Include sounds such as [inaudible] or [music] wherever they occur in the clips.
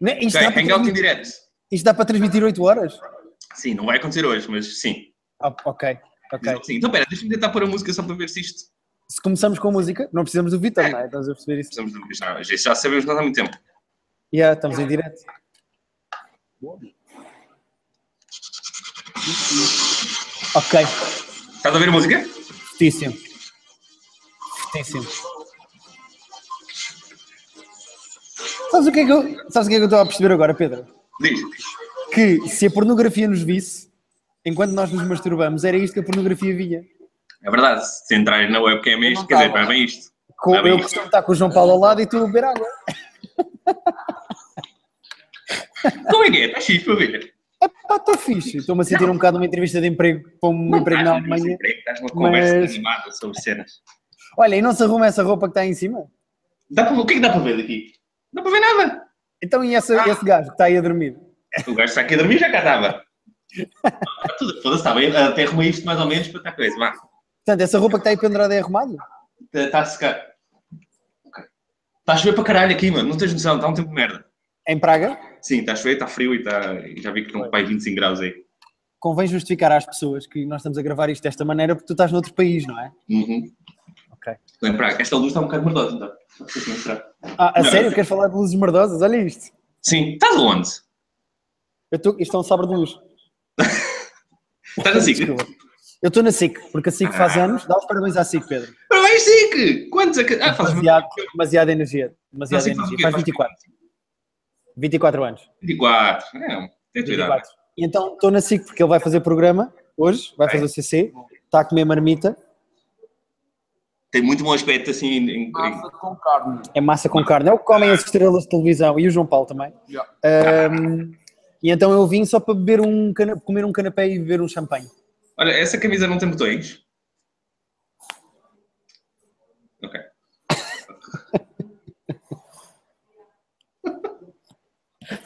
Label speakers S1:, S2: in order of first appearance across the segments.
S1: Né? Isto, dá
S2: Quem-
S1: para
S2: Hangout em
S1: transmitir,
S2: direto.
S1: isto dá para transmitir 8 horas?
S2: Sim, não vai acontecer hoje, mas sim.
S1: Ah, ok, ok.
S2: Sim. Então, pera, deixa-me tentar pôr a música só para ver se isto.
S1: Se começamos com a música, não precisamos do Vitor, não é? Estás a perceber isso?
S2: Precisamos de... já, já sabemos nós há muito tempo.
S1: Yeah, estamos em direto. Ok,
S2: Estás a ouvir a música?
S1: fortíssimo. Fortíssimo. Sabes o que é que eu, sabes o que é que eu estou a perceber agora, Pedro?
S2: Diz.
S1: Que se a pornografia nos visse, enquanto nós nos masturbamos, era isto que a pornografia via.
S2: É verdade, se entrarem na webcam é isto,
S3: Não
S2: quer dizer,
S3: estava.
S1: tá
S2: vai bem é isto.
S1: Com,
S2: Está bem.
S1: eu costumo estar com o João Paulo ao lado e tu a beber água.
S2: Como é que é? Está chique para ver.
S1: Epá, estou Ah, tá fixe. Estou-me a sentir um bocado uma entrevista de emprego para um emprego na
S2: Estás nesse
S1: Alemanha.
S2: emprego, Estás numa conversa
S1: mas-
S2: animada sobre cenas.
S1: Olha, e não se arruma essa roupa que está aí em cima?
S2: Dá para... ver- O que é que dá para ver daqui? Não dá para ver nada.
S1: Então e
S2: Ah.
S1: essa- esse gajo que está aí a dormir?
S2: O gajo está aqui a dormir já
S1: [laughs]
S2: cá estava. Está tudo, foda-se, está bem. Até arrumei isto mais ou menos para estar coisa. Vá,
S1: Portanto, essa roupa que está aí pendurada é arrumada?
S2: está está a secar. tá, Ok. Está a chover para caralho aqui, mano. Não tens noção, está um tempo de merda.
S1: Em Praga?
S2: Sim, está a chover, está frio e está... e já vi que estão para aí 25 graus aí.
S1: Convém justificar às pessoas que nós estamos a gravar isto desta maneira porque tu estás noutro país, não é?
S2: Uhum.
S1: Ok.
S2: Bem, pera, esta luz está um bocado merdosa, então. Não sei como será.
S1: Ah, a
S2: Não.
S1: sério? Queres falar de luzes merdosas? Olha isto.
S2: Sim, estás aonde?
S1: Eu tô, isto é um sabre de luz.
S2: Estás assim? na SIC? Ah.
S1: Desculpa. Eu estou na SIC, porque a SIC faz anos. Dá os parabéns à SIC, Pedro.
S2: Parabéns, SIC! Quantos é que. Ah, faz
S1: Demasiado, demasiada energia. Demasiada
S2: Não, sim, faz o
S1: energia.
S2: quê?
S1: Faz
S2: Faz
S1: 24. 24 anos.
S2: 24. É, tem a tua idade.
S1: 24. E então estou na SIC porque ele vai fazer programa hoje, vai fazer o CC, está a comer marmita,
S2: Tem muito bom aspecto assim. Em, em-
S3: Massa com carne.
S1: é massa com carne, é o que comem as estrelas de televisão e o João Paulo também.
S3: Yeah.
S1: Ahm, e então eu vim só para beber um cana- comer um canapé e beber um champanhe. [laughs]
S2: Olha, essa camisa não tem botões? Ok.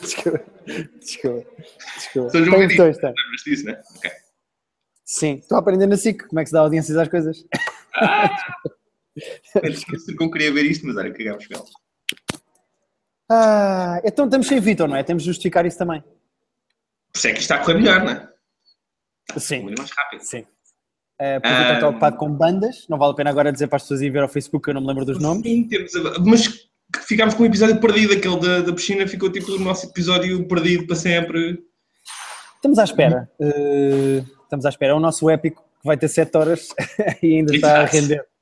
S1: Desculpa, desculpa, desculpa.
S2: Sou João
S1: Tem
S2: Benito.
S1: botões, tem.
S2: Lembras disso, né?
S1: [laughs]
S2: Ok.
S1: Sim, estou a aprender na SIC como é que se dá audiências às coisas.
S2: Eu não queria ver isto, mas olha, cagámos com ela.
S1: Ah, então estamos sem Vitor, não é? Temos de justificar isso também.
S2: Por isso é que isto está a correr melhor, não é?
S1: Sim,
S2: Muito mais rápido.
S1: sim. Ah, porque eu estou
S2: Ahm.
S1: ocupado com bandas, não vale a pena agora dizer para as pessoas irem ver ao Facebook que eu não me lembro dos nomes.
S2: Sim, temos a- Mas ficámos com um episódio perdido, aquele da, da piscina ficou tipo o nosso episódio perdido para sempre.
S1: Estamos à espera. eh, estamos à espera. É o nosso épico que vai ter 7 horas [laughs] e ainda está a
S2: Exato.
S1: render. [laughs]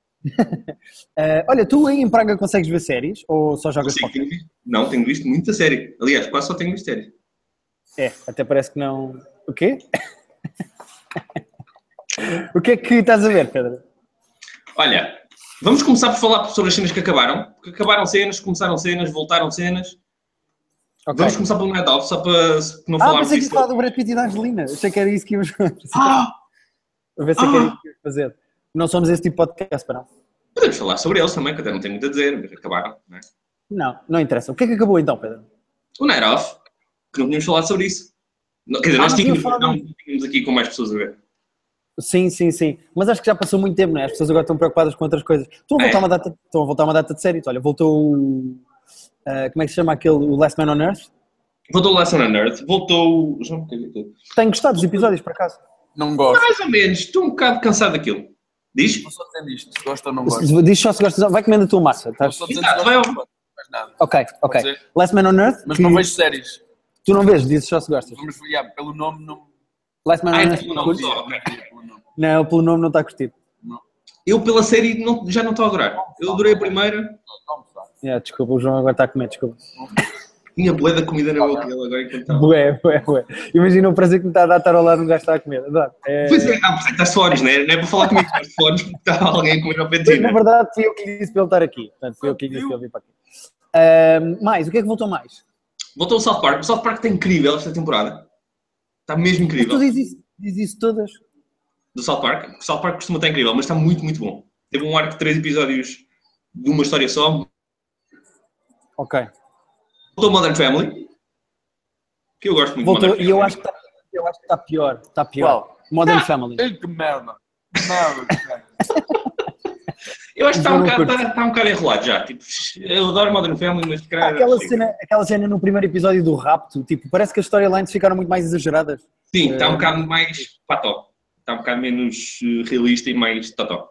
S1: Eh, olha, tu aí em Praga consegues ver séries ou só jogas
S2: Sim,
S1: póquer?
S2: tenho visto- Não, tenho visto muita série. Aliás, quase só tenho visto série.
S1: É, até parece que não. O quê? [laughs] o que é que estás a ver, Pedro?
S2: Olha, vamos começar por falar sobre as cenas que acabaram. Porque acabaram cenas, começaram cenas, voltaram cenas.
S1: Ok.
S2: Vamos começar pelo Night Off, só para se- não
S1: Ah,
S2: falarmos
S1: pensei que
S2: disso.
S1: ia falar do Brad Pitt e da Angelina. Achei que era isso que íamos [laughs] fazer.
S2: Ah,
S1: A ver se é que era
S2: Ah.
S1: isso que íamos fazer. Não somos esse tipo de podcast, para não.
S2: podemos falar sobre eles também, que até não tenho muito a dizer, mas acabaram. Não é?
S1: Não, não interessa. O que é que acabou então, Pedro?
S2: O Night Off, que não tínhamos falado sobre isso. Não, quer dizer,
S1: Ah,
S2: nós
S1: não
S2: tínhamos,
S1: tinha falado.
S2: não tínhamos aqui com mais pessoas a ver.
S1: Sim, sim, sim. Mas acho que já passou muito tempo, não é? As pessoas agora estão preocupadas com outras coisas. Estão a voltar,
S2: É.
S1: uma, data, estão a voltar uma data de séries. Olha, voltou o. ah, como é que se chama aquele? O Last Man on Earth?
S2: Voltou o Lesson on Earth, voltou o. Já me caguei tudo.
S1: Tenho gostado dos episódios, por acaso.
S3: Não gosto.
S2: Mais ou menos, estou um bocado cansado daquilo. Diz?
S3: Vou só dizer isto. Se gosto ou não gosto.
S1: Diz só se gostas. Vai comendo a tua massa.
S3: Vou
S1: Estás...
S3: só dizer
S2: Exato,
S3: se gosto ou
S2: Ah, vai
S3: não gosto. Mais nada.
S1: Ok, ok.
S3: Pode ser.
S1: Last Man on Earth.
S3: Mas
S1: que
S3: não vejo séries.
S1: Tu não vês, dizes só se gostas.
S3: Vamos ver, pelo nome não.
S1: Last Man on
S2: Ah,
S1: Earth. Não,
S2: então não.
S1: curtes?
S2: só, ok.
S3: pelo nome.
S1: não, pelo nome não está curtido.
S2: Eu, pela série, não- já não estou a adorar. Eu adorei a primeira,
S3: Não, só.
S1: Yeah, desculpa, o João agora está a comer, desculpa. [laughs]
S2: tinha bué da comida na boca dele agora então tá. enquanto estava.
S1: Bué, bué, bué. Imagina o prazer que me está a dar estar ao lado de um gajo que está a comer. Adoro. É-
S2: Pois é, ah, estás de fones, não é? Não é para falar comigo, estás de fones porque está alguém a comer ao
S1: Mas, na
S2: pentina.
S1: verdade, fui eu que lhe disse para ele estar aqui. Portanto, fui eu que lhe disse para ele vir para aqui. Ahm, mais, o que é que voltou mais?
S2: Voltou o South Park. O South Park está incrível esta temporada. Está mesmo
S1: Tu
S2: incrível.
S1: diz isso, diz isso todas.
S2: Do South Park. O South Park costuma estar incrível, mas está muito, muito bom. Teve um arco de três episódios de uma história só.
S1: Ok.
S2: Voltou Modern Family. Que eu gosto muito
S1: Voltou,
S2: de Modern
S1: e eu
S2: Family.
S1: acho que está eu acho que está pior.
S2: É,
S1: Está pior. Modern Family.
S3: Ei, que merda. Não, cara.
S2: Eu acho que está
S1: Eu
S2: um,
S1: não
S2: bocado,
S1: curto.
S2: está, está um bocado enrolado já. Tipo, eu adoro Modern Family, mas
S1: Há
S2: caralho.
S1: Aquela
S2: chega.
S1: cena, aquela cena no primeiro episódio do rapto, tipo, parece que as storylines ficaram muito mais exageradas.
S2: Sim, está
S1: eh,
S2: um bocado mais pató. Está um bocado menos eh, realista e mais totó.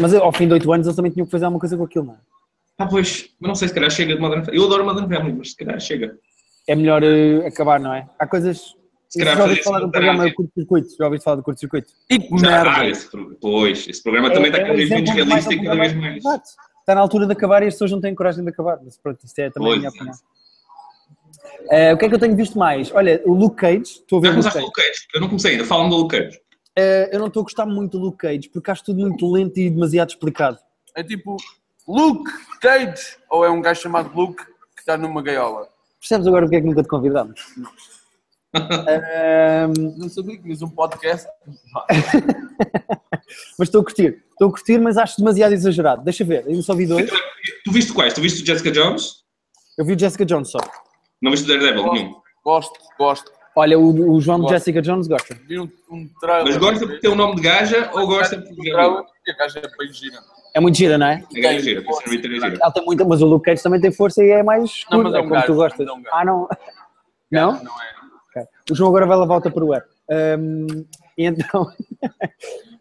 S1: Mas eu, ao fim de 8 anos eles também tinham que fazer alguma coisa com aquilo, não é?
S2: Ah, pois, mas não sei se calhar chega de Modern Family. Eu adoro Modern Family, mas se calhar chega.
S1: É melhor eh, acabar, não é? Há coisas.
S2: Se calhar
S1: já ouviste falar
S2: fazer
S1: de um
S2: isso
S1: programa
S2: durante-
S1: curto-circuito? Já ouviste falar do curto-circuito?
S3: E que
S2: Ah,
S3: merda!
S2: esse, pro- pois, esse programa também tá está
S1: É- é
S2: cada
S1: um
S2: vez menos
S1: exemplo de
S2: realista e
S1: um
S2: cada vez
S1: programa-
S2: mais.
S1: Exato. Está na altura de acabar e as pessoas não têm coragem de acabar. Mas pronto, isto é também a
S2: Pois,
S1: minha
S2: exato.
S1: opinião. Eh, o que é que eu tenho visto mais? Olha, o Luke Cage, estou a ver
S2: Já
S1: o Luke
S2: começaste
S1: Cage.
S2: com o Cage? Eu não comecei ainda, fala-me do Luke Cage.
S1: Eh, eu não estou a gostar muito do Luke Cage porque acho tudo muito lento e demasiado explicado.
S3: É tipo Luke Cage, ou é um gajo chamado Luke que está numa gaiola.
S1: Percebes agora porque é que nunca te
S2: [laughs]
S1: convidámos? Ehm, Ahm,
S3: Não sabia que tinhas um podcast.
S1: mas estou a curtir, estou a curtir, mas acho demasiado exagerado. Deixa ver, ainda só vi dois.
S2: Tu viste quais? Tu viste o Jessica Jones?
S1: Eu vi o Jessica Jones só.
S2: Não viste o Daredevil nenhum.
S3: Gosto, gosto.
S1: Olha, o, o João de
S3: Gosto.
S1: Jessica Jones gosta.
S3: Vi um, um trailer.
S2: Mas gosta porque tem o nome de gaja ou gosta
S3: um
S2: porque
S3: trailer e a gaja é bem gira.
S1: É muito gira, não é?
S2: A gaja é gira, a Sarah Ritter é gira.
S1: Ela tem muita, mas o Luke Cage também tem força e é mais escuro,
S3: Não, mas é um
S1: como
S3: gajo,
S1: tu gostas.
S3: mas é um gajo.
S1: ah, não? Não?
S3: Não é?
S1: Ok. O João agora vai lavar o Tupperware. Ahm, e então, [laughs]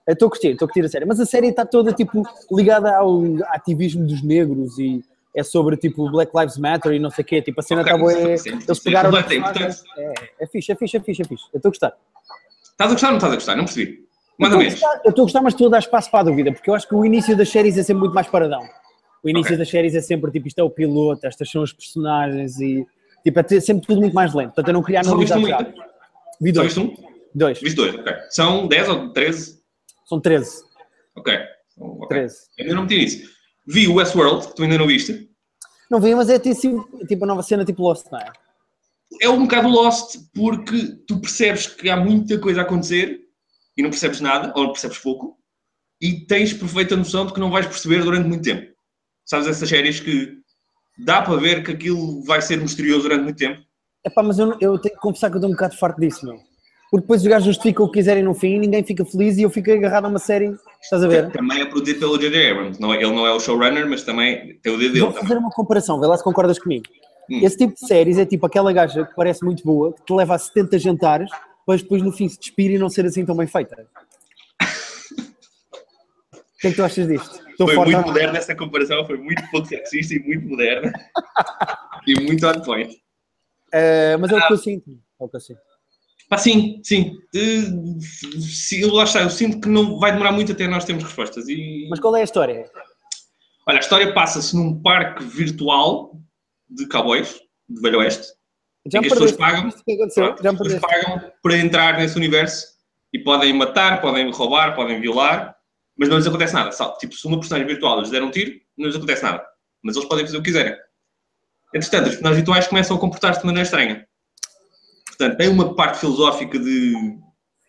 S1: eu estou a curtir, estou a curtir a série. Mas a série está toda, tipo, ligada ao ativismo dos negros e é sobre, tipo, Black Lives Matter e não sei o quê. Tipo, a cena
S2: Ok,
S1: está boa.
S2: sim,
S1: é-
S2: sim,
S1: Eles
S2: sim,
S1: pegaram...
S2: relevante, é
S1: na personagem. É, é fixe, é fixe, é fixe, é fixe. Eu estou a gostar.
S2: Estás a gostar ou não estás a gostar? Não percebi.
S1: Eu
S2: Mais ou
S1: estou a
S2: menos.
S1: gostar- eu estou a gostar, mas estou a dar espaço para a dúvida, porque eu acho que o início das séries é sempre muito mais paradão. O início
S2: Ok.
S1: das séries é sempre, tipo, isto é o piloto, estas são os personagens e... Tipo, é ter- sempre tudo muito mais lento. Portanto, eu não queria
S2: Só viste
S1: analisar
S2: um
S1: já.
S2: ainda?
S1: Vi
S2: Só
S1: dois.
S2: viste um?
S1: Dois.
S2: Viste dois, ok. São 10 ou 13?
S1: São 13.
S2: Ok. São- ok.
S1: 13.
S2: Ainda não meti nisso. Vi o Westworld, que tu ainda não viste.
S1: Não vi, mas é tipo, tipo a nova cena tipo Lost, não é?
S2: é um bocado lost porque tu percebes que há muita coisa a acontecer e não percebes nada, ou percebes pouco, e tens perfeita noção de que não vais perceber durante muito tempo. Sabes essas séries que dá para ver que aquilo vai ser misterioso durante muito tempo?
S1: Epá, mas eu, não- eu tenho que confessar que eu estou um bocado farto disso, meu. Porque depois os gajos justificam o que quiserem no fim e ninguém fica feliz e eu fico agarrado a uma série. Estás a ver?
S2: Também é produzido pelo J.J. Abrams. Não é- ele não é o showrunner, mas também tem o dedo dele. tá?
S1: Vou
S2: Também.
S1: fazer uma comparação, vê lá se concordas comigo.
S2: Hum.
S1: Esse tipo de séries é tipo aquela gaja que parece muito boa, que te leva a 70 jantares, mas depois no fim se despira e não ser assim tão bem feita. O que é que tu achas disto? Estou
S2: Foi
S1: forte
S2: muito
S1: ou não?
S2: moderna essa comparação, foi muito pouco sexista e muito moderna. [laughs] e muito on point.
S1: Eh, mas é o que eu sinto. É o que eu sinto.
S2: Pá, Ah, sim, sim. Eh, se- eu lá está, eu sinto que não vai demorar muito até nós termos respostas. E,
S1: Mas qual é a história?
S2: olha, a história passa-se num parque virtual de cowboys, de Velho Oeste,
S1: Já
S2: Em
S1: me
S2: que as pessoas
S1: perdeste.
S2: pagam,
S1: Isto que aconteceu?
S2: Pronto,
S1: Já me
S2: as pessoas
S1: perdeste.
S2: pagam para entrar nesse universo e podem matar, podem roubar, podem violar, mas não lhes acontece nada. Só, tipo, se uma personagem virtual lhes der um tiro, não lhes acontece nada. Mas eles podem fazer o que quiserem. Entretanto, os personagens virtuais começam a comportar-se de maneira estranha. Portanto, tem uma parte filosófica de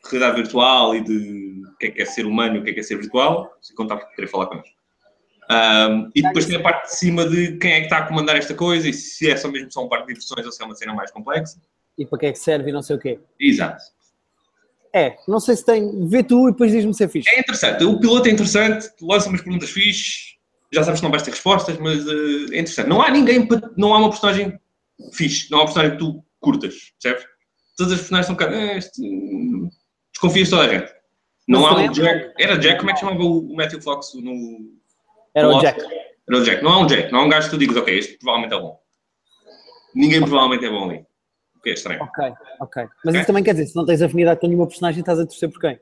S2: realidade virtual e de o que é que é ser humano e o que é que é ser virtual. Se contar, porque querer falar connosco. Ahm, e depois tem a parte de cima de quem é que está a comandar esta coisa e se é só mesmo só um parque de diversões ou se é uma cena mais complexa.
S1: E para que é que serve e não sei o quê.
S2: Exato.
S1: É, não sei se tem. Vê tu e depois diz-me se é fixe.
S2: É interessante. O piloto é interessante, lança umas perguntas fixes, já sabes que não vais ter respostas, mas eh, é interessante. Não há ninguém, pa- não há uma personagem fixe, não há uma personagem que tu curtas, percebes? Todas as personagens são um bocado. eh, este, hum, desconfias de toda a gente. Não
S1: Mas
S2: há
S1: também
S2: um
S1: é
S2: Jack. Era Jack, como é que chamava o Matthew Fox no.
S1: Era o
S2: Lost?
S1: Jack.
S2: Era o Jack. Não há um Jack, não há um gajo que tu digas, ok, este provavelmente é bom. Ninguém provavelmente é bom ali. O que é estranho.
S1: Ok, ok. Mas
S2: É.
S1: isso também quer dizer, se não tens afinidade com nenhuma personagem, estás a torcer por quem?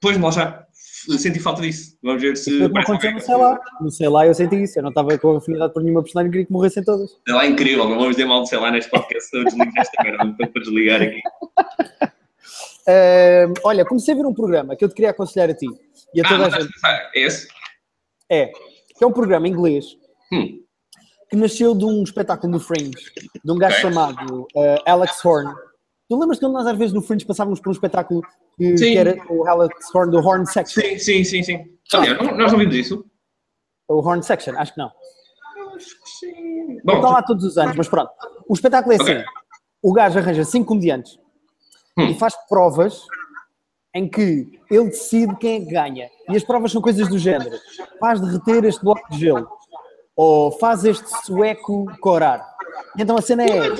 S2: Depois, lá já senti falta disso. Vamos ver se.
S1: Foi o que é. me
S2: parece
S1: aconteceu
S2: alguém.
S1: no sei lá. No sei lá eu senti isso. Eu não estava com afinidade por nenhuma personagem e queria que morressem todas.
S2: Sei lá, é incrível, não vamos dizer mal de sei lá neste podcast, eu desligo esta merda, não tenho para desligar aqui.
S1: Ahm, olha, comecei a ver um programa que eu te queria aconselhar a ti e a
S2: Ah,
S1: toda
S2: mas
S1: a
S2: estás a
S1: gente.
S2: pensar, é esse?
S1: É, que é um programa inglês
S2: Hum.
S1: que nasceu de um espetáculo do Fringe, de um gajo
S2: Ok.
S1: chamado eh, Alex Horn. Tu lembras quando nós às vezes no Fringe passávamos por um espetáculo que,
S2: Sim.
S1: que era o Alex Horn do Horn Section?
S2: Sim, sim, sim, sim. Aliás, não- nós não vimos isso.
S1: O Horn Section, acho que não.
S2: Bom,
S1: Estão Então lá todos os anos, mas pronto. O espetáculo é assim:
S2: Ok.
S1: o gajo arranja cinco comediantes
S2: Hum.
S1: e faz provas em que ele decide quem é que ganha. E as provas são coisas do género. Faz derreter este bloco de gelo. Ou faz este sueco corar. Então a cena é...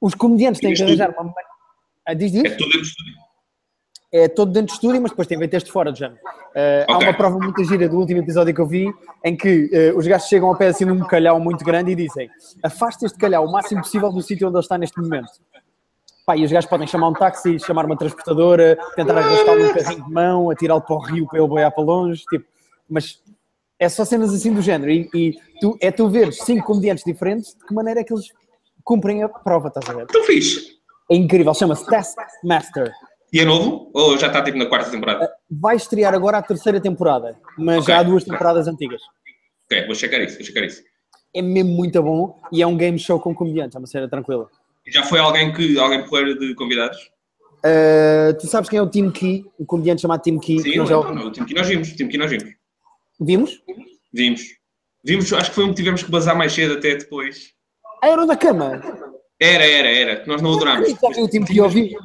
S1: Os comediantes têm que arranjar uma... maneira- Ah, diz, diz?
S2: É tudo dentro do estúdio.
S1: é todo dentro de estúdio, mas depois tem este fora de género. Uh, Há
S2: Ok.
S1: uma prova muito gira do último episódio que eu vi, em que uh, os gajos chegam ao pé assim num calhau muito grande e dizem afasta este calhau o máximo possível do sítio onde ele está neste momento. Pá, e os gajos podem chamar um táxi, chamar uma transportadora, tentar arrastá-lo um pezinho de mão, atirá-lo para o rio para ele boiar para longe, tipo, mas é só cenas assim do género. E, e tu, é tu veres cinco comediantes diferentes de que maneira é que eles cumprem a prova, estás a ver?
S2: Então fixe.
S1: É incrível, chama-se Taskmaster.
S2: E é novo? Ou já está tipo na quarta temporada?
S1: vai estrear agora a terceira temporada, mas
S2: Ok.
S1: já há duas temporadas antigas.
S2: Ok, vou checar isso, vou checar isso.
S1: É mesmo muito bom e é um game show com comediantes, é uma cena tranquila.
S2: E Já foi alguém que alguém porreiro de convidados?
S1: Uh, tu sabes quem é o Tim Key, um comediante chamado Tim Key,
S2: Sim,
S1: que nós já
S2: então, não, o time que nós vimos, o time que nós vimos.
S1: vimos?
S2: Vimos. Vimos, acho que foi um que tivemos que bazar mais cedo até depois.
S1: Ah, era o da cama. é
S2: Era, era, era, que nós não adorámos.
S1: Já vi o Tim Key ao vivo.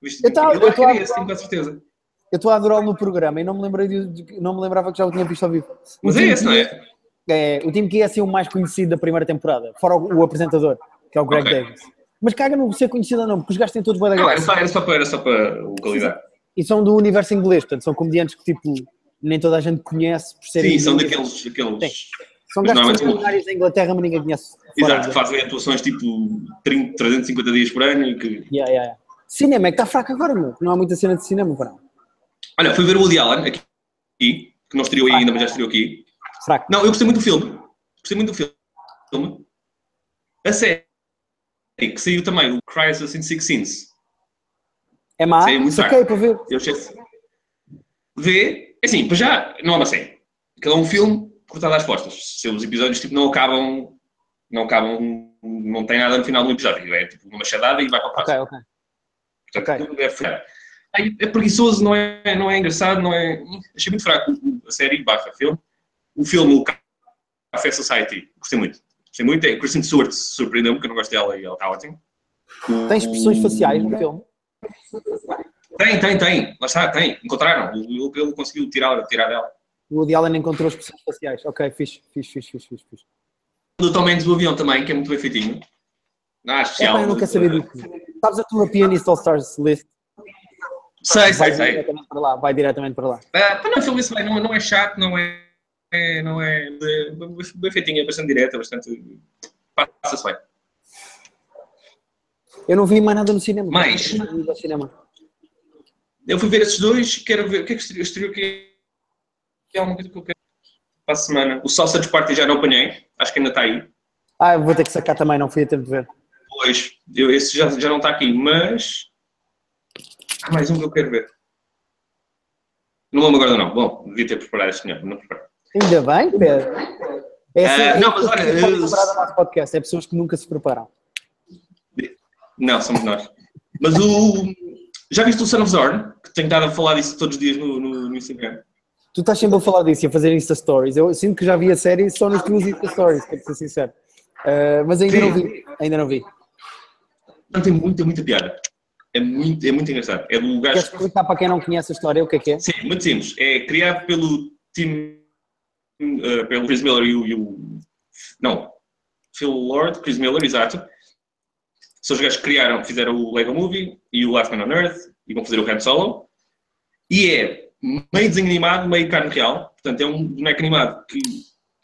S2: Viste?
S1: Eu tava-
S2: eu
S1: eu tava-
S2: queria esse time com certeza.
S1: Eu estou a adorá-lo no programa e não me, lembrei de- de- não me lembrava que já o tinha visto ao vivo. O
S2: Mas é
S1: Tim
S2: esse, não
S1: Key
S2: é?
S1: é- o Tim Key é assim o mais conhecido da primeira temporada, fora o, o apresentador, que é o Greg
S2: Ok.
S1: Davis. Mas caga no ser conhecido ou não, porque os gajos têm todos boa da
S2: Não, é era
S1: graça.
S2: só, era só para, era só para localizar.
S1: e são do universo inglês, portanto são comediantes que tipo nem toda a gente conhece por serem
S2: Sim, são
S1: ingleses.
S2: daqueles. daqueles
S1: são gajos que
S2: normalmente
S1: são milionários da Inglaterra, mas ninguém conhece. fora
S2: exato, que
S1: da-
S2: fazem atuações tipo 30, 350 dias por ano. e que-
S1: Yeah, yeah, yeah. Cinema é que está fraco agora, meu. Não há muita cena de cinema, verão.
S2: Olha, fui ver o Woody Allen aqui, que não estreou aí ainda, mas já estreou aqui.
S1: Fraco.
S2: Não, eu gostei muito do filme. Gostei muito do filme. A série que saiu também, o Crisis in Six Scenes.
S1: É má.
S2: Sim, muito
S1: Saquei para ver.
S2: Eu achei Vê, assim, para já, não é uma série. Aquilo é um filme cortado às postas. Seus episódios tipo, não acabam, não acabam, não tem nada no final do episódio. É tipo uma machadada e vai para a
S1: Ok,
S2: próxima.
S1: ok.
S2: Portanto, tudo é fraco. Aí É preguiçoso, não é, não é engraçado, não é. Achei muito fraco a série, barra filme. O filme, o Café Society, gostei muito. Gostei muito. É, Kristen Stewart surpreendeu-me, porque eu não gosto dela e ela está ótima.
S1: Tem expressões faciais no filme.
S2: Tem, tem, tem. Lá está, tem. Encontraram. O ele conseguiu tirar, tirar dela.
S1: O Woody Allen encontrou expressões faciais. Ok, fixe, fixe, fixe, fixe, fixe. fixe.
S2: do Tom Hanks do avião também, que é muito bem feitinho. Ah,
S1: É
S2: especial.
S1: pá, eu não quero saber disso. Sabes a tua Pianist All Stars list?
S2: Sei,
S1: Vai
S2: sei, sei.
S1: diretamente para lá, vai diretamente para lá.
S2: Ah, mas não, o filme isso bem, não, não é chato, não é. é- não é, é bem feitinho, é bastante direto, é bastante. Passa-se bem.
S1: Eu não vi mais nada no cinema.
S2: Mais?
S1: Eu não vi ao cinema.
S2: Eu fui ver esses dois, quero ver. O que é que estreou- estreou aqui? Que é uma coisa que eu quero. Para a semana. O Sausage Party já não apanhei, acho que ainda está aí.
S1: Ah, eu vou ter que sacar também, não fui a tempo de ver.
S2: Pois, eu, esse já, já não está aqui, mas. Há mais um que eu quero ver. Não vamos agora, não. Bom, devia ter preparado este melhor, não preparei.
S1: Ainda bem, Pedro. Essa
S2: Ah,
S1: é
S2: não, mas olha,
S1: é a
S2: eu-
S1: temporada do nosso podcast. É pessoas que nunca se preparam.
S2: Não, somos nós. Mas o. Já viste o Son of Zorn? Que tenho estado a falar disso todos os dias no, no, no Instagram.
S1: Tu estás sempre a falar disso e a fazer Insta Stories. Eu sinto que já vi a série só nas tuas Insta Stories, para ser sincero. Ah, mas ainda
S2: Sim.
S1: não vi. Ainda não vi.
S2: Não tem muita, muita piada. É muito, é muito engraçado. É do
S1: Queres
S2: gajo.
S1: explicar para quem não conhece a história o que é que é?
S2: Sim, muito simples. É criado pelo Tim. eh, pelo Chris Miller e o, e o- Não. Phil Lord, Chris Miller, exato. São os gajos que criaram, fizeram o Lego Movie e o Last Man on Earth e vão fazer o Han Solo. E é meio desenho animado, meio carne real. Portanto, é um boneco animado que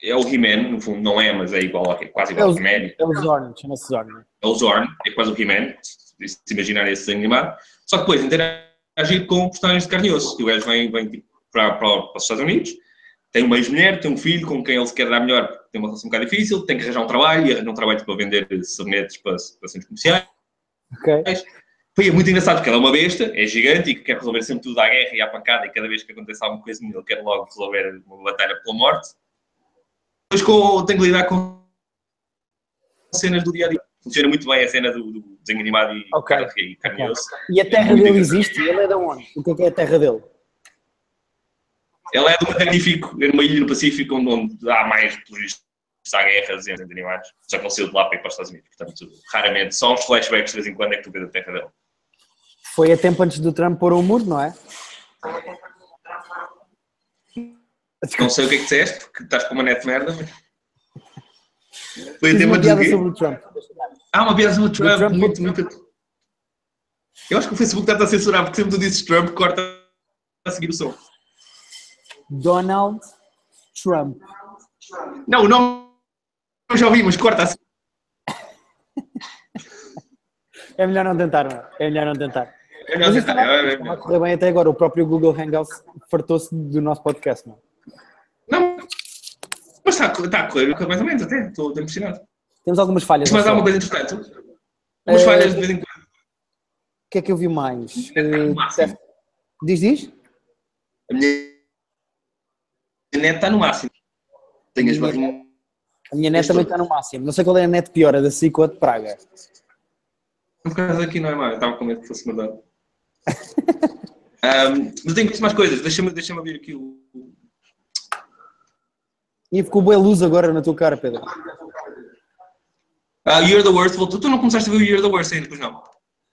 S2: é o He-Man, no fundo, não é, mas é igual, ao- é quase igual ao
S1: É o-
S2: He-Man.
S1: É o Zorn, chama-se Zorn.
S2: É o Zorn, é quase o He-Man, se se imaginar esse desenho animado. Só que depois interagir com personagens de carne e osso. E o gajo vem, vem tipo, para, para, para os Estados Unidos, tem uma ex-mulher, tem um filho com quem ele se quer dar melhor, porque tem uma relação um bocado difícil, tem que arranjar um trabalho, e arranja um trabalho para vender sabonetes para, para centros comerciais.
S1: Ok?
S2: Foi muito engraçado porque ela é uma besta, é gigante e que quer resolver sempre tudo à guerra e à pancada e cada vez que acontece alguma coisa ele quer logo resolver uma batalha pela morte. Depois com, tenho que lidar com cenas do dia a dia. Funciona muito bem a cena do, do desenho animado e
S1: Ok.
S2: carne- e carne e
S1: Ok.
S2: osso.
S1: E a terra dele existe? Ele é de onde? O que é que é a terra dele?
S2: Ela é do Magnífico, é numa ilha no Pacífico onde, onde há mais pelos há guerras entre animais. Só que ele saiu de lá para ir para os Estados Unidos. Portanto, raramente, só uns flashbacks de vez em quando é que tu vês a terra dela.
S1: Foi a tempo antes do Trump pôr o muro, não é?
S2: Não sei o que é que disseste, porque estás com uma net de merda. mas- Foi a
S1: Fiz
S2: tema
S1: uma
S2: de
S1: piada
S2: quê?
S1: sobre o Trump.
S2: Ah, uma piada sobre o Trump.
S1: Trump.
S2: Muito, muito. Eu acho que o Facebook está-te a censurar, porque sempre tu dizes Trump, corta a seguir o som.
S1: Donald Trump.
S2: Não, o nome eu já ouvi, mas corta a seguir.
S1: É melhor não tentar, não é? É melhor não tentar.
S2: É melhor
S1: Mas isso
S2: tentar, é
S1: estava
S2: melhor- é
S1: estava a
S2: melhor.
S1: correr bem até agora. O próprio Google Hangouts fartou-se do nosso podcast, não?
S2: Não, mas está, a co- está a correr é mais ou menos até, estou estou impressionado.
S1: Temos algumas falhas.
S2: Mas há
S1: ao
S2: uma
S1: sol.
S2: coisa interessante. Umas
S1: Eh,
S2: falhas de vez em quando.
S1: O que é que eu vi mais?
S2: É,
S1: Eh,
S2: no máximo.
S1: Diz, diz?
S2: A minha a net está no máximo. Tenho as
S1: Minha
S2: barrinhas.
S1: A minha net
S2: Estou.
S1: também está no máximo. Não sei qual é a net pior, a da SIC ou a de Praga.
S2: Por causa daqui não é mal, eu estava com medo que fosse mandado. [laughs] Ahm, mas tenho visto mais coisas, deixa-me deixa abrir aqui o. o-
S1: E ficou boa luz agora na tua cara, Pedro.
S2: Ah, You're the Worst voltou. Tu não começaste a ver o You're the Worst ainda, pois não?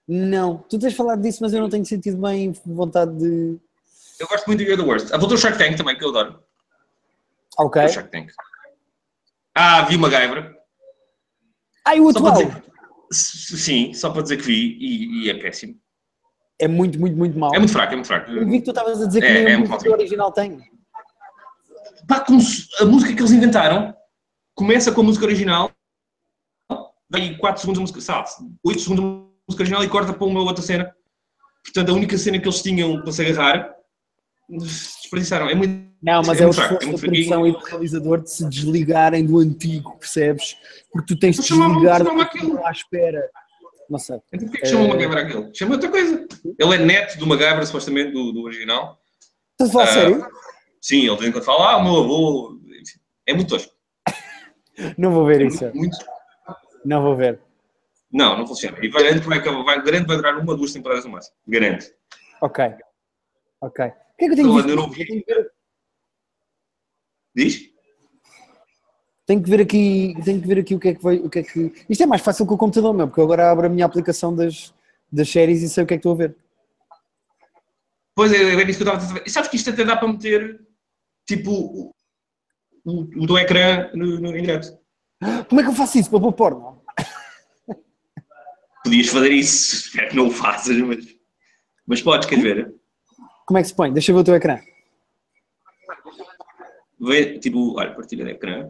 S1: Não, tu tens falado disso, mas eu não tenho sentido bem vontade de.
S2: Eu gosto muito do You're the Worst. Ah, voltou o Shark Tank também, que eu adoro.
S1: Ok.
S2: O Shark Tank. Ah, vi o MacGyver.
S1: Ah, e o
S2: Só para
S1: atual?
S2: dizer. S- Sim, só para dizer que vi e, e é péssimo.
S1: É muito, muito, muito mau.
S2: É muito fraco, é muito fraco.
S1: Eu vi que tu estavas a dizer que
S2: É,
S1: nem
S2: é
S1: a
S2: muito
S1: música
S2: mau.
S1: original tem.
S2: Pá, como se- a música que eles inventaram começa com a música original, daí 4 segundos a música, sabe, 8 segundos a música original e corta para uma outra cena. Portanto, a única cena que eles tinham para se agarrar, desperdiçaram. É muito.
S1: Não, mas
S2: É
S1: é, o
S2: muito fraco,
S1: esforço da
S2: é muito
S1: produção e do realizador de se desligarem do antigo, percebes? Porque tu tens de
S2: Mas chamava-
S1: desligar do
S2: chamava
S1: que tu
S2: aquilo.
S1: à espera. Não sei.
S2: Então, porquê que
S1: É.
S2: chamam o MacGyver aquele? Chama outra coisa. Ele é neto do MacGyver, supostamente, do, do original.
S1: Estás a falar
S2: Ah.
S1: sério?
S2: Sim, ele de vez em quando fala, ah, o meu avô. Enfim, É muito tosco.
S1: Não vou ver isso.
S2: Muito.
S1: Não vou ver.
S2: Não, não funciona. E garanto que vai, acabar- vai, garanto que vai durar uma, duas temporadas no máximo. Garanto.
S1: Ok. Ok. O que é que eu tenho
S2: Eu
S1: visto?
S2: ainda não vi.
S1: Eu tenho que ver-
S2: Diz?
S1: Tenho que ver aqui, tenho que ver aqui o que é que vai, o que é que. Isto é mais fácil que o computador meu, porque eu agora abro a minha aplicação das, das séries e sei o que é que estou a ver.
S2: Pois é, era isso que eu estava a dizer. E sabes que isto até dá para meter, tipo, o, o, o do ecrã no, no, em direto.
S1: Como é que eu faço isso para pôr porno?
S2: Podias fazer isso, espero que não o faças, mas, mas podes, queres ver?
S1: Como é que se põe? Deixa eu ver o teu ecrã.
S2: Vê, tipo, olha, partilha de ecrã.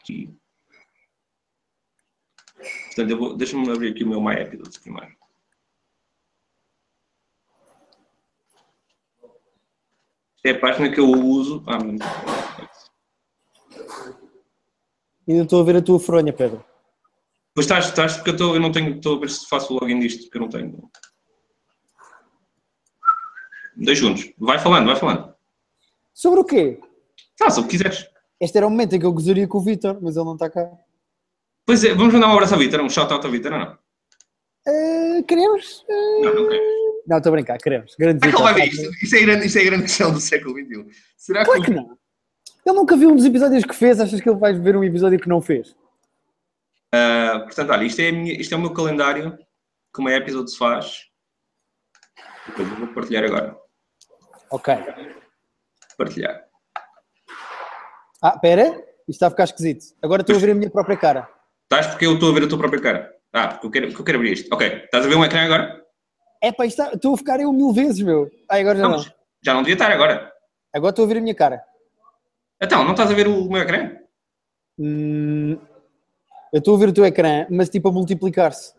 S2: Aqui. Portanto, eu vou- deixa-me abrir aqui o meu My Episodes primeiro. Esta é a página que eu uso. Ah, mas-
S1: Ainda estou a ver a tua fronha, Pedro.
S2: Pois estás, estás, porque eu, estou- eu não tenho, estou a ver se faço o login disto, porque eu não tenho. Dois juntos. Vai falando, vai falando.
S1: Sobre o quê?
S2: Faça o que quiseres.
S1: Este era o momento em que eu gozaria com o Vitor, mas ele não está cá.
S2: Pois é, vamos mandar um abraço à Vitor, um shout-out à Vitor, ou não?
S1: Eh, queremos? Eh,
S2: Não, não queremos.
S1: Não, estou a brincar, queremos. Grande
S2: Será que
S1: Vitor,
S2: ele vai ver
S1: sabe?
S2: isto? Isso é, a grande, isso é a grande questão do século um. XXI. Será que...
S1: Claro que não. Ele nunca viu um dos episódios que fez, achas que ele vai ver um episódio que não fez?
S2: Ah, portanto, olha, isto é, a minha- isto é o meu calendário, como é episódio se faz. Depois eu vou partilhar agora.
S1: Ok.
S2: Partilhar.
S1: Ah, pera, isto está a ficar esquisito. Agora estou a ver a minha própria cara.
S2: Estás porque eu estou a ver a tua própria cara. Ah, porque eu quero, porque eu quero abrir isto. Ok, estás a ver um ecrã agora?
S1: É pá, isto está- estou a ficar eu mil vezes, meu. Ah, agora já
S2: Não,
S1: não.
S2: mas já não devia estar agora.
S1: Agora estou a ver a minha cara.
S2: Então, não estás a ver o meu ecrã?
S1: Hum, eu estou a ver o teu ecrã, mas tipo a multiplicar-se.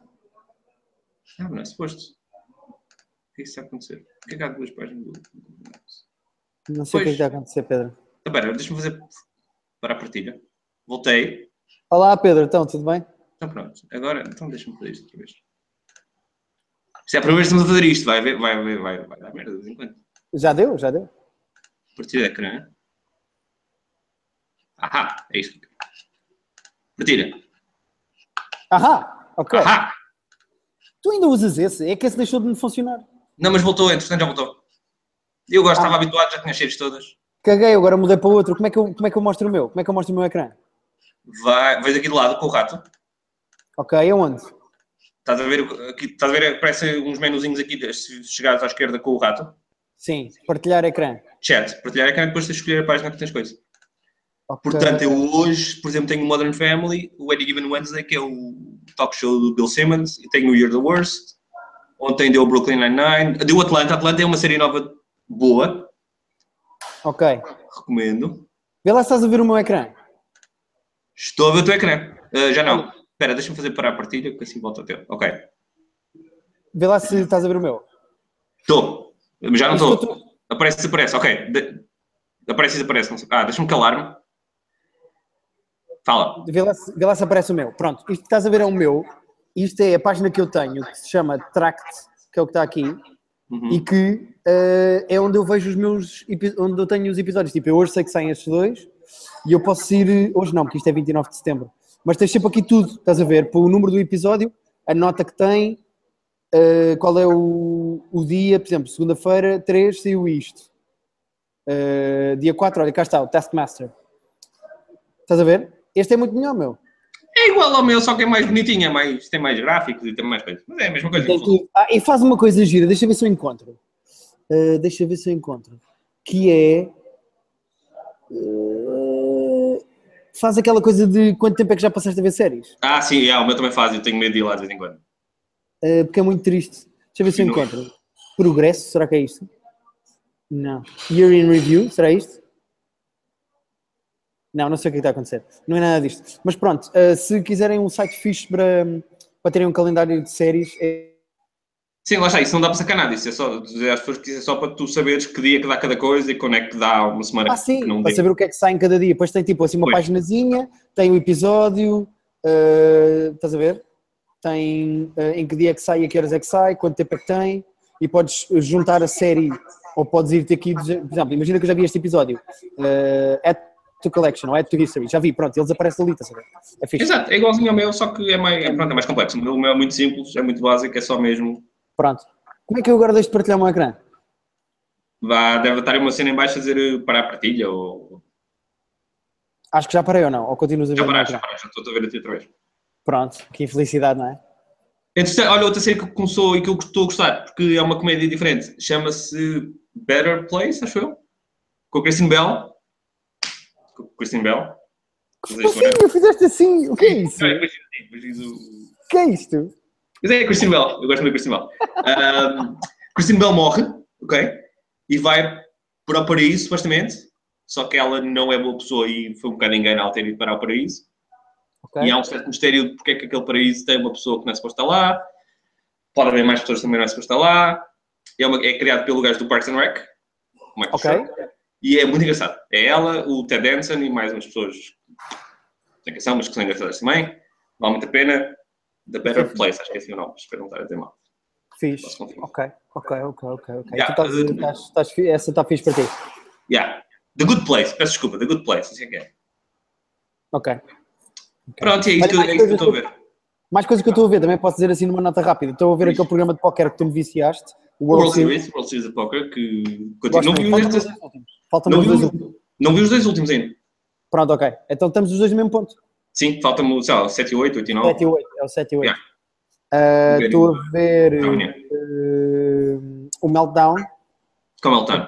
S2: Não, não é suposto. O que é que está a acontecer? Por que é que há duas páginas do do Google Maps?
S1: Não sei o que é
S2: Pois.
S1: que está a acontecer, Pedro.
S2: Tá, Espera, deixa-me fazer para a partilha. Voltei.
S1: Olá, Pedro, então, tudo bem?
S2: Então pronto. Agora, então deixa-me fazer isto outra vez. Isto é a primeira vez que estamos a fazer isto. Vai ver, vai ver, vai, vai dar merda de vez em quando.
S1: Já deu, já deu.
S2: Partilha de ecrã. Ahá, é isto. Partilha.
S1: Ahá, ok.
S2: Ahá!
S1: Tu ainda usas esse? É que esse deixou de me funcionar.
S2: Não, mas voltou, entretanto já voltou. Eu gosto,
S1: Ah.
S2: estava habituado, já tinha cheiros todas.
S1: Caguei, agora mudei para outro. Como é, que eu, como é que eu mostro o meu? Como é que eu mostro o meu ecrã?
S2: Vai, vais aqui do lado com o rato.
S1: Ok, aonde?
S2: Estás a ver, o- aqui, estás a ver aparecem uns menuzinhos aqui, se chegares à esquerda com o rato.
S1: Sim, partilhar ecrã.
S2: Chat, partilhar ecrã, depois tens de escolher a página que tens coisa.
S1: Ok.
S2: Portanto, eu hoje, por exemplo, tenho o Modern Family, o Any Given Wednesday, que é o talk show do Bill Simmons, e tenho o You're the Worst. Ontem deu o Brooklyn Nine-Nine, deu o Atlanta. Atlanta é uma série nova boa,
S1: Ok.
S2: recomendo.
S1: Vê lá se estás a ver o meu ecrã.
S2: Estou a ver o teu ecrã. Ah, já não. Espera, deixa-me fazer parar a partilha, que assim volta a ter. Ok.
S1: Vê lá se estás a ver o meu.
S2: Estou. Mas já não
S1: Mas
S2: estou. Aparece, desaparece. Ok. De- Aparece, desaparece. Não sei. Ah, deixa-me calar-me. Fala.
S1: Vê lá, se- vê lá se aparece o meu. Pronto, isto que estás a ver é o meu. Isto é a página que eu tenho, que se chama Tract, que é o que está aqui,
S2: Uhum.
S1: e que eh, é onde eu vejo os meus, epi- onde eu tenho os episódios. Tipo, eu hoje sei que saem estes dois, e eu posso ir, hoje não, porque isto é 29 de setembro, mas tens sempre aqui tudo, estás a ver, pelo número do episódio, a nota que tem, eh, qual é o, o dia, por exemplo, segunda-feira, 3, saiu isto. Eh, dia 4, olha, cá está, o Taskmaster. Estás a ver? Este é muito melhor, meu.
S2: É igual ao meu, só que é mais bonitinho, é mais, tem mais gráficos e tem mais coisas. Mas é a mesma coisa.
S1: Tem tudo. Ah, e faz uma coisa gira, deixa eu ver se eu encontro. Ah, deixa eu ver se eu encontro. Que é. ah, faz aquela coisa de quanto tempo é que já passaste a ver séries?
S2: Ah, sim, é, o meu também faz, eu tenho medo de ir lá de vez em quando.
S1: Ah, porque é muito triste. Deixa eu ver se eu
S2: Não.
S1: encontro. Progresso, será que é isto? Não. Year in Review, será isto? Não, não sei o que está a acontecer. Não é nada disto. Mas pronto, ah, se quiserem um site fixe para, para terem um calendário de séries, é
S2: Sim, lá está, isso não dá para sacar nada, isso é só dizer às pessoas que isso é só para tu saberes que dia que dá cada coisa e quando é que dá uma semana
S1: Ah,
S2: que não
S1: sim, para
S2: dê.
S1: saber o que é que sai em cada dia. Depois tem tipo assim uma
S2: Pois.
S1: paginazinha, tem o episódio, eh, estás a ver? Tem eh, em que dia é que sai, a que horas é que sai, quanto tempo é que tem, e podes juntar a série, ou podes ir-te aqui, dizer- por exemplo, imagina que eu já vi este episódio, eh, Add to Collection, ou Add to History, já vi, pronto, eles aparecem ali, estás a ver? É fixe.
S2: Exato, é igualzinho ao meu, só que é mais, é, pronto, é mais complexo. O meu- o meu é muito simples, é muito básico, é só mesmo.
S1: Pronto. Como é que eu agora deixo de partilhar o meu ecrã?
S2: Vá, deve estar uma cena em baixo a dizer eh, para a partilha ou.
S1: Acho que já parei ou não? Ou continuas a ver
S2: Já
S1: o meu
S2: paraste, já
S1: ecrã?
S2: paraste, já estou a ver a ti outra vez.
S1: Pronto, que infelicidade, não é?
S2: Entretanto, olha, outra série que começou e que eu estou a gostar, porque é uma comédia diferente, chama-se Better Place, acho eu, com a Kristen Bell. Com a Kristen Bell.
S1: Que
S2: Mas isto não é-
S1: fofinho, fizeste assim, o que é isso?
S2: Não, é Kristen, é Kristen, o-
S1: O que é isto?
S2: Mas é a Kristen Bell, eu gosto muito da Kristen Bell. Ahm, Kristen Bell morre, ok? E vai para o paraíso, supostamente. Só que ela não é boa pessoa e foi um bocado engano ao ter ido para o paraíso.
S1: Ok.
S2: E há um certo mistério de porque é que aquele paraíso tem uma pessoa que não é suposta lá. Pode haver mais pessoas que também não é suposta lá. É, uma- é criado pelo gajo do Parks and Rec. Como é que
S1: Ok.
S2: E é muito engraçado. É ela, o Ted Danson e mais umas pessoas sem canção, mas que são engraçadas também. Vale muito a pena. The Better Place, acho que é assim o nome, espero não estar a dizer mal.
S1: Fiz.
S2: Posso confirmar.
S1: Ok, ok, ok, ok. ok.
S2: Yeah,
S1: Tu estás-
S2: uh,
S1: estás- estás fi- essa está fixe para ti.
S2: Yeah. The Good Place, peço desculpa, The Good Place, assim é que é.
S1: Ok.
S2: Pronto, é isso, que, eu- é isso que eu estou a ver.
S1: Mais coisa que eu estou a ver, também posso dizer assim numa nota rápida. Estou a ver
S2: Diz.
S1: aquele programa de póquer que tu me viciaste, o
S2: World,
S1: World Series.
S2: Series, World Series of Poker, que
S1: Gosto
S2: continua. Não
S1: muito.
S2: vi,
S1: Faltam-me os
S2: os destes-
S1: dois últimos. Faltam-me
S2: não,
S1: os
S2: vi
S1: dois
S2: os,
S1: últimos.
S2: não vi os dois últimos ainda.
S1: Pronto, ok. Então estamos os dois no mesmo ponto.
S2: Sim, falta-me, sei lá, 7 e 8, 8 e 9.
S1: 7 e 8. É o 7 e 8.
S2: Yeah.
S1: Ah,
S2: Ganho.
S1: Estou a ver
S2: Não, não.
S1: eh, o Meltdown.
S2: Como ele está?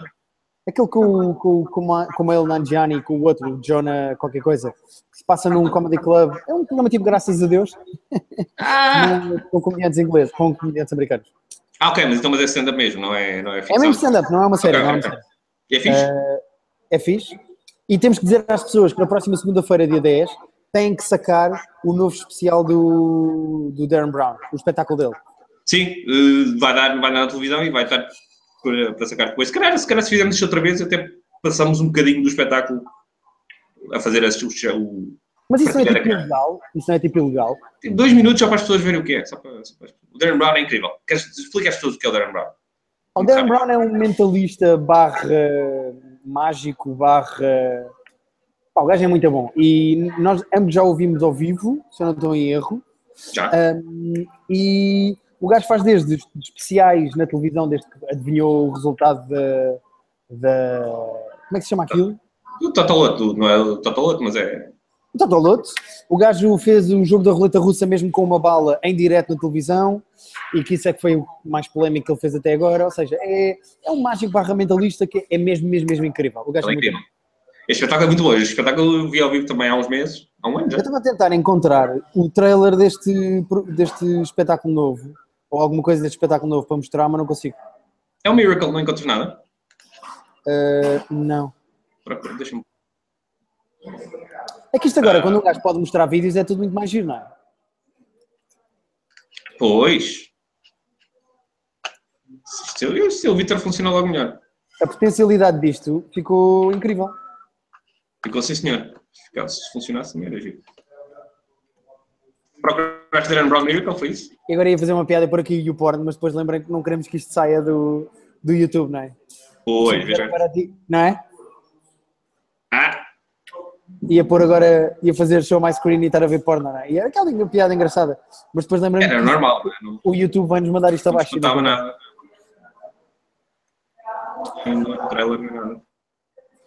S1: Aquele com, com, com, uma- com o Mael Nangiani e com o outro, o Jonah qualquer coisa, que se passa num comedy club. É um programa tipo Graças a Deus, [laughs]
S2: Ah!
S1: não, com comediantes ingleses, com comediantes americanos.
S2: ah, ok, mas então mas é stand-up mesmo, não é, não é
S1: É
S2: ficção.
S1: mesmo stand-up, não é uma série.
S2: Ok,
S1: não é, uma
S2: ok.
S1: série.
S2: É fixe.
S1: é fixe. E temos que dizer às pessoas que na próxima segunda-feira, dia 10, têm que sacar o novo especial do, do Darren Brown, o espetáculo dele.
S2: Sim, eh, vai, dar, vai dar na televisão e vai estar eh, para, para sacar depois. Se calhar, se calhar se fizermos isto outra vez, até passamos um bocadinho do espetáculo a fazer as, o, o,
S1: Mas isso não é tipo
S2: Partilhar a cara.
S1: ilegal? Isso não é tipo ilegal?
S2: Tem dois minutos só para as pessoas verem o que é. Só para, só para... O Darren Brown é incrível. Queres explicar às pessoas o que é o Darren Brown?
S1: O Darren Brown é um mentalista barra mágico, barra. Pá, o gajo é muito bom. E nós ambos já ouvimos ao vivo, se eu não estou em erro.
S2: Já?
S1: Um, e o gajo faz desde os especiais na televisão, desde que adivinhou o resultado da. da- Como é que se chama aquilo?
S2: O Total Loto, não é o Total Loto, mas é.
S1: o Totoloto. Então, O gajo fez um jogo da roleta russa mesmo com uma bala em direto na televisão e que isso é que foi o mais polémico que ele fez até agora. Ou seja, é, é um mágico barra mentalista que é mesmo, mesmo, mesmo incrível. O gajo é
S2: Ele é
S1: muito
S2: incrível. Este espetáculo é muito bom. Este espetáculo eu vi ao vivo também há uns meses, há um ano
S1: Eu
S2: já.
S1: estava a tentar encontrar o trailer deste, deste espetáculo novo, ou alguma coisa deste espetáculo novo para mostrar, mas não consigo.
S2: É um miracle, não encontro nada.
S1: Ah, não.
S2: Procura, Deixa-me.
S1: É que isto agora, quando um gajo pode mostrar vídeos, é tudo muito mais giro, não é?
S2: Pois. Se eu, se o Vitor funciona logo melhor.
S1: A potencialidade disto ficou incrível.
S2: Ficou sim, senhor. Ficou, se funcionasse, melhor agir. Procuraste Darren Brown Miracle, foi isso?
S1: E agora ia fazer uma piada por aqui e o porno, mas depois lembrei que não queremos que isto saia do, do YouTube, não é?
S2: Pois,
S1: Era
S2: veja.
S1: para ti, não é?
S2: Ah,
S1: Ia pôr agora, ia fazer show mais screen e estar a ver porno, não é? E era aquela uma piada engraçada, mas depois lembrei
S2: era
S1: que
S2: normal, né? não,
S1: o YouTube vai nos mandar isto
S2: não
S1: abaixo. é?
S2: escutava nada. Não há trailer nem nada.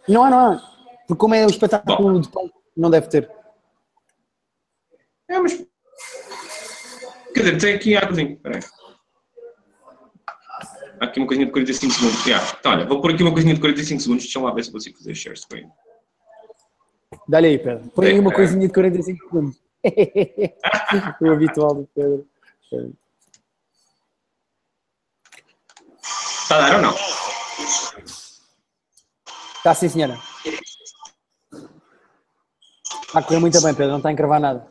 S1: Não há, não há. Porque como é o espetáculo de palco, não deve ter.
S2: É, mas. Quer dizer, tem aqui águazinho. Espera aí. Há aqui uma coisinha de 45 segundos. Já. Então, olha, vou pôr aqui uma coisinha de 45 segundos. Deixa eu lá ver se consigo fazer share screen.
S1: Dá-lhe aí, Pedro. Põe
S2: É.
S1: aí uma coisinha de 45 segundos. [laughs] o habitual do Pedro.
S2: Está a dar ou não?
S1: Está Tá sim, senhora. Está Tá a correr muito bem, Pedro. Não está a encravar nada.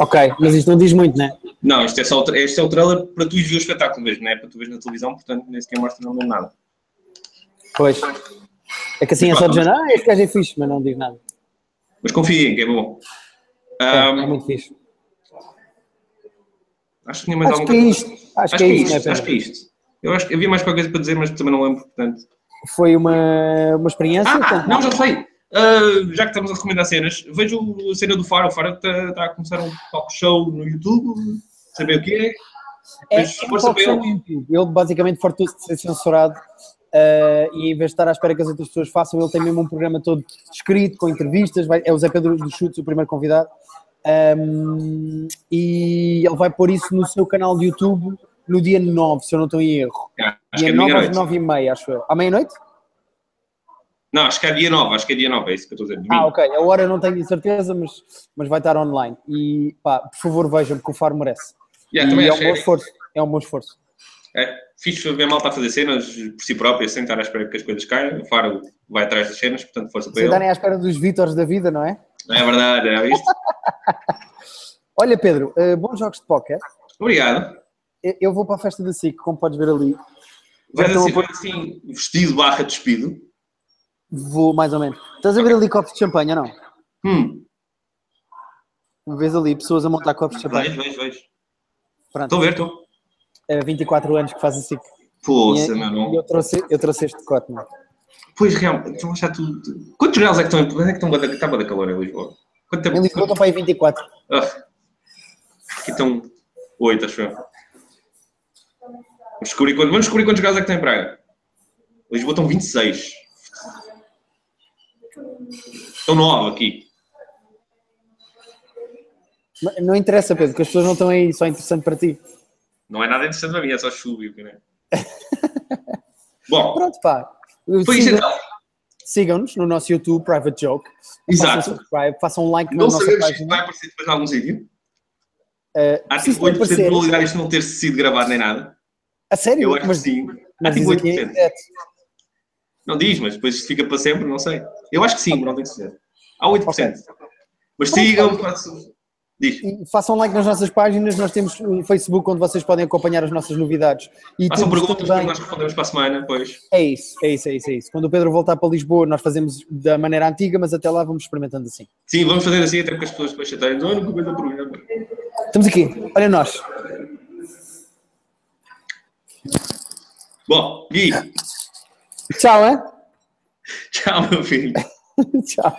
S1: Ok, mas isto não diz muito, não é?
S2: Não, isto é só o, tra- este é o trailer para tu ires ver o espetáculo mesmo, não é para tu veres na televisão, portanto nem sequer mostra não mesmo nada.
S1: Pois. É que assim é só dizer, ah, este gajo é fixe, mas não diz nada.
S2: Mas confiem que é bom.
S1: É,
S2: Ahm,
S1: é muito fixe.
S2: acho que tinha mais
S1: Acho que
S2: alguma
S1: é
S2: coisa.
S1: isto. Acho que é isto, não é,
S2: acho que é
S1: Pedro? Assim,
S2: isto. Eu acho que havia mais qualquer coisa para dizer, mas também não lembro, portanto.
S1: Foi uma, uma experiência.
S2: Ah,
S1: portanto,
S2: não, já sei. Ah, já que estamos a recomendar cenas, vejo a cena do Faro. O Faro está a começar um talk show no YouTube, saber o que é.
S1: É,
S2: Mas
S1: é um
S2: força
S1: talk
S2: para
S1: show
S2: ele.
S1: no YouTube. Ele basicamente fartou de ser censurado eh, e em vez de estar à espera que as outras pessoas façam, ele tem mesmo um programa todo escrito, com entrevistas. vai- é o Zé Pedro dos Chutes, o primeiro convidado. Ahm, e ele vai pôr isso no seu canal de YouTube no dia 9, se eu não estou em erro.
S2: Ah, Acho que
S1: Dia
S2: é
S1: 9 às
S2: meia-noite.
S1: 9 e meia, acho eu. À meia-noite?
S2: Não, acho que é dia 9, acho que é dia 9, é isso que eu estou a dizer.
S1: Ah,
S2: domingo.
S1: ok. A hora eu não tenho certeza, mas, mas vai estar online. E pá, por favor, vejam, porque o Faro merece.
S2: Yeah,
S1: e
S2: também
S1: é um
S2: achei.
S1: bom esforço. É um bom esforço.
S2: É, fiz ver mal para fazer cenas por si próprio, sem estar à espera que as coisas caiam. O Faro vai atrás das cenas, portanto, força para
S1: Vocês
S2: ele.
S1: estarem à espera dos Vítores da vida, não é?
S2: É verdade, é isto.
S1: Olha, Pedro, eh, bons jogos de póquer. Eh,
S2: Obrigado.
S1: Eu- Eu vou para a festa da SIC, como podes ver ali. Já
S2: Vais
S1: estão a
S2: assim,
S1: pôr-
S2: vais assim, vestido barra despido.
S1: Vou mais ou menos. Estás a ver ali copos de champanhe, ou não?
S2: Hum,
S1: Vês ali pessoas a montar copos de champanhe.
S2: vejo, vejo, vejo. Estou
S1: Pronto,
S2: a ver, estou.
S1: eh, 24 anos que faz a SIC.
S2: Poça,
S1: E-
S2: meu não.
S1: e eu trouxe, eu trouxe este cote, não é?
S2: Pois, realmente, então já tu... tu- Quantos graus é que estão em... Quando é que estão a estava da calor em Lisboa? Quanto tempo...
S1: Em Lisboa estão para aí 24.
S2: Ah, aqui estão 8, acho eu. Vamos descobrir, quanto... Vamos descobrir quantos graus é que tem em Praga. Em Lisboa estão 26. Estão 9 aqui.
S1: Mas Não interessa, Pedro, que as pessoas não estão aí, só é interessante para ti.
S2: Não é nada interessante para mim, é só chuva e o que
S1: [laughs]
S2: não é. Bom,
S1: Pronto, pá.
S2: foi isso
S1: Sigam-
S2: então.
S1: Sigam-nos no nosso YouTube, Private Joke.
S2: Exato.
S1: Façam subscribe, façam like na
S2: Não
S1: nossa
S2: sabemos se isto vai
S1: página.
S2: aparecer depois em algum sítio.
S1: Eh,
S2: Há
S1: se
S2: tipo
S1: isto não
S2: 8% de
S1: aparecer,
S2: probabilidade de isto não ter sido gravado nem nada.
S1: a sério?
S2: Eu acho que
S1: mas
S2: sim. Há
S1: mas é,
S2: tipo
S1: diz aqui em
S2: 8%.
S1: direto.
S2: Não diz, mas depois isto fica para sempre, não sei. Eu acho que sim, mas não tenho certeza. Há 8%. Mas sigam, façam- Diz.
S1: E façam like nas nossas páginas, nós temos um Facebook onde vocês podem acompanhar as nossas novidades. E
S2: Façam
S1: temos
S2: perguntas
S1: também-
S2: que nós respondemos para a semana, pois.
S1: É isso, é isso, é isso, é isso. Quando o Pedro voltar para Lisboa, nós fazemos da maneira antiga, mas até lá vamos experimentando assim.
S2: Sim, vamos fazer assim até porque as pessoas depois chatarem. Olha, que coisa do programa.
S1: Estamos aqui, olha nós.
S2: Bom, Gui, [laughs]
S1: Tchau, hein? [laughs]
S2: tchau, meu filho.
S1: Tchau.